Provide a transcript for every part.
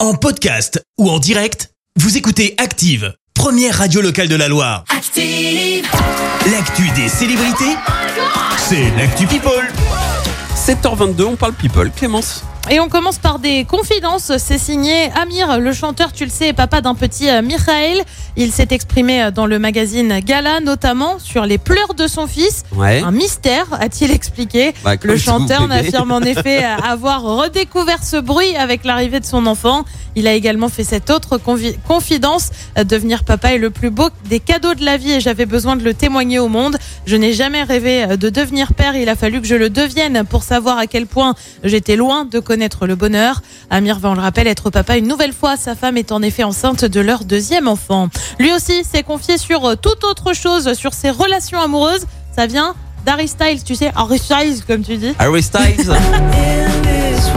En podcast ou en direct, vous écoutez Active, première radio locale de la Loire. Active, L'actu des célébrités, c'est l'actu People. 7h22, on parle people, Clémence. Et on commence par des confidences. C'est signé Amir, le chanteur, tu le sais, est papa d'un petit euh, Michael. Il s'est exprimé euh, dans le magazine Gala, notamment sur les pleurs de son fils. Ouais. Un mystère, a-t-il expliqué. Bah, Le comme si vous chanteur plaidez. n'affirme en effet euh, avoir redécouvert ce bruit avec l'arrivée de son enfant. Il a également fait cette autre convi- confidence. euh, Devenir papa est le plus beau des cadeaux de la vie et j'avais besoin de le témoigner au monde. Je n'ai jamais rêvé euh, de devenir père. Il a fallu que je le devienne pour savoir à quel point j'étais loin de connaître le bonheur. Amir va, on le rappelle, être papa une nouvelle fois. Sa femme est en effet enceinte de leur deuxième enfant. Lui aussi s'est confié sur euh, toute autre chose, sur ses relations amoureuses. Ça vient d'Harry Styles, tu sais, Harry Styles comme tu dis. Harry Styles.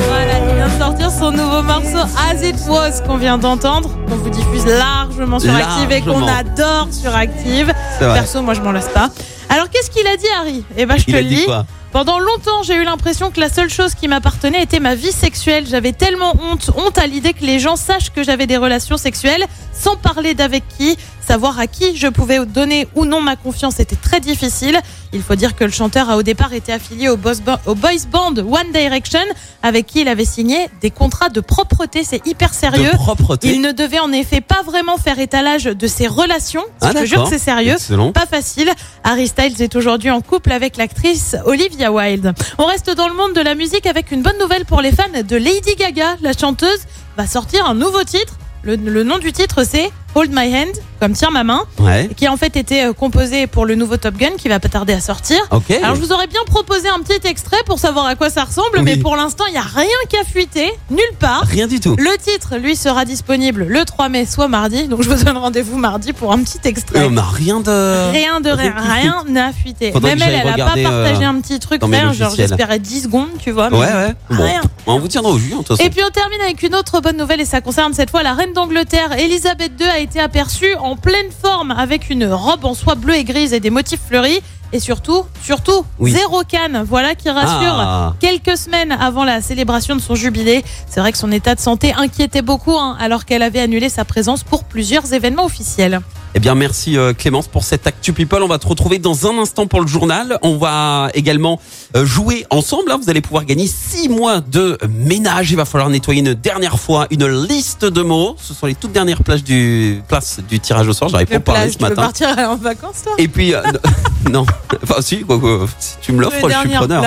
Voilà, il vient de sortir son nouveau morceau As It Was qu'on vient d'entendre, qu'on vous diffuse largement sur Active et qu'on Largement. adore sur Active. C'est vrai. Perso, moi je m'en lasse pas. Alors qu'est-ce qu'il a dit Harry Eh ben je Il te a le dit lis. quoi Pendant longtemps, j'ai eu l'impression que la seule chose qui m'appartenait était ma vie sexuelle. J'avais tellement honte, honte à l'idée que les gens sachent que j'avais des relations sexuelles, sans parler d'avec qui, savoir à qui je pouvais donner ou non ma confiance était très difficile. Il faut dire que le chanteur a au départ été affilié au, boss ba- au boys band One Direction, avec qui il avait signé des contrats de propreté. C'est hyper sérieux. De propreté. Il ne devait en effet pas vraiment faire étalage de ses relations. Ah, je te jure d'accord. que c'est sérieux. Excellent. Pas facile. Harry Styles est aujourd'hui en couple avec l'actrice Olivia Wilde. On reste dans le monde de la musique avec une bonne nouvelle pour les fans de Lady Gaga. La chanteuse va sortir un nouveau titre. Le, le nom du titre, c'est Hold My Hand, comme Tiens ma main, Ouais. qui a en fait été euh, composé pour le nouveau Top Gun qui va pas tarder à sortir. Ok. Alors je vous aurais bien proposé un petit extrait pour savoir à quoi ça ressemble, Oui. mais pour l'instant, il n'y a rien qui a fuité, nulle part. Rien du tout. Le titre, lui, sera disponible le 3 mai, soit mardi. Donc je vous donne rendez-vous mardi pour un petit extrait. On n'a Euh, rien de. Rien de rien, rien n'a fuité. Faudrait Même que elle, j'aille elle a pas regarder, partagé euh, un petit truc, dans mes rien, genre logiciels. j'espérais 10 secondes, tu vois. mais Ouais, ouais. Bon. Rien. On vous tiendra au jus, en toute façon. Et puis on termine avec une autre bonne nouvelle et ça concerne cette fois la reine d'Angleterre. Elisabeth II a été aperçue en pleine forme avec une robe en soie bleue et grise et des motifs fleuris. Et surtout, surtout, Oui. zéro canne. Voilà qui rassure Ah. quelques semaines avant la célébration de son jubilé. C'est vrai que son état de santé inquiétait beaucoup, hein, alors qu'elle avait annulé sa présence pour plusieurs événements officiels. Eh bien, merci euh, Clémence pour cette Actu People. On va te retrouver dans un instant pour le journal. On va également euh, jouer ensemble. hein. Vous allez pouvoir gagner six mois de ménage. Il va falloir nettoyer une dernière fois une liste de mots. Ce sont les toutes dernières plages du, places du tirage au sort. J'arrive pas à parler ce tu veux matin. partir en vacances, toi Et puis, euh, non, enfin si, quoi, quoi. si tu me l'offres, je suis preneur.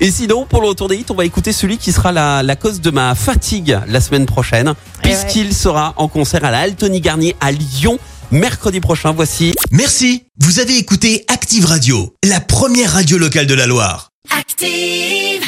Et sinon, pour le retour des hits, on va écouter celui qui sera la, la cause de ma fatigue la semaine prochaine, Eh ouais. puisqu'il sera en concert à la Altony Garnier à Lyon mercredi prochain. Voici Merci, vous avez écouté Active Radio, la première radio locale de la Loire. active.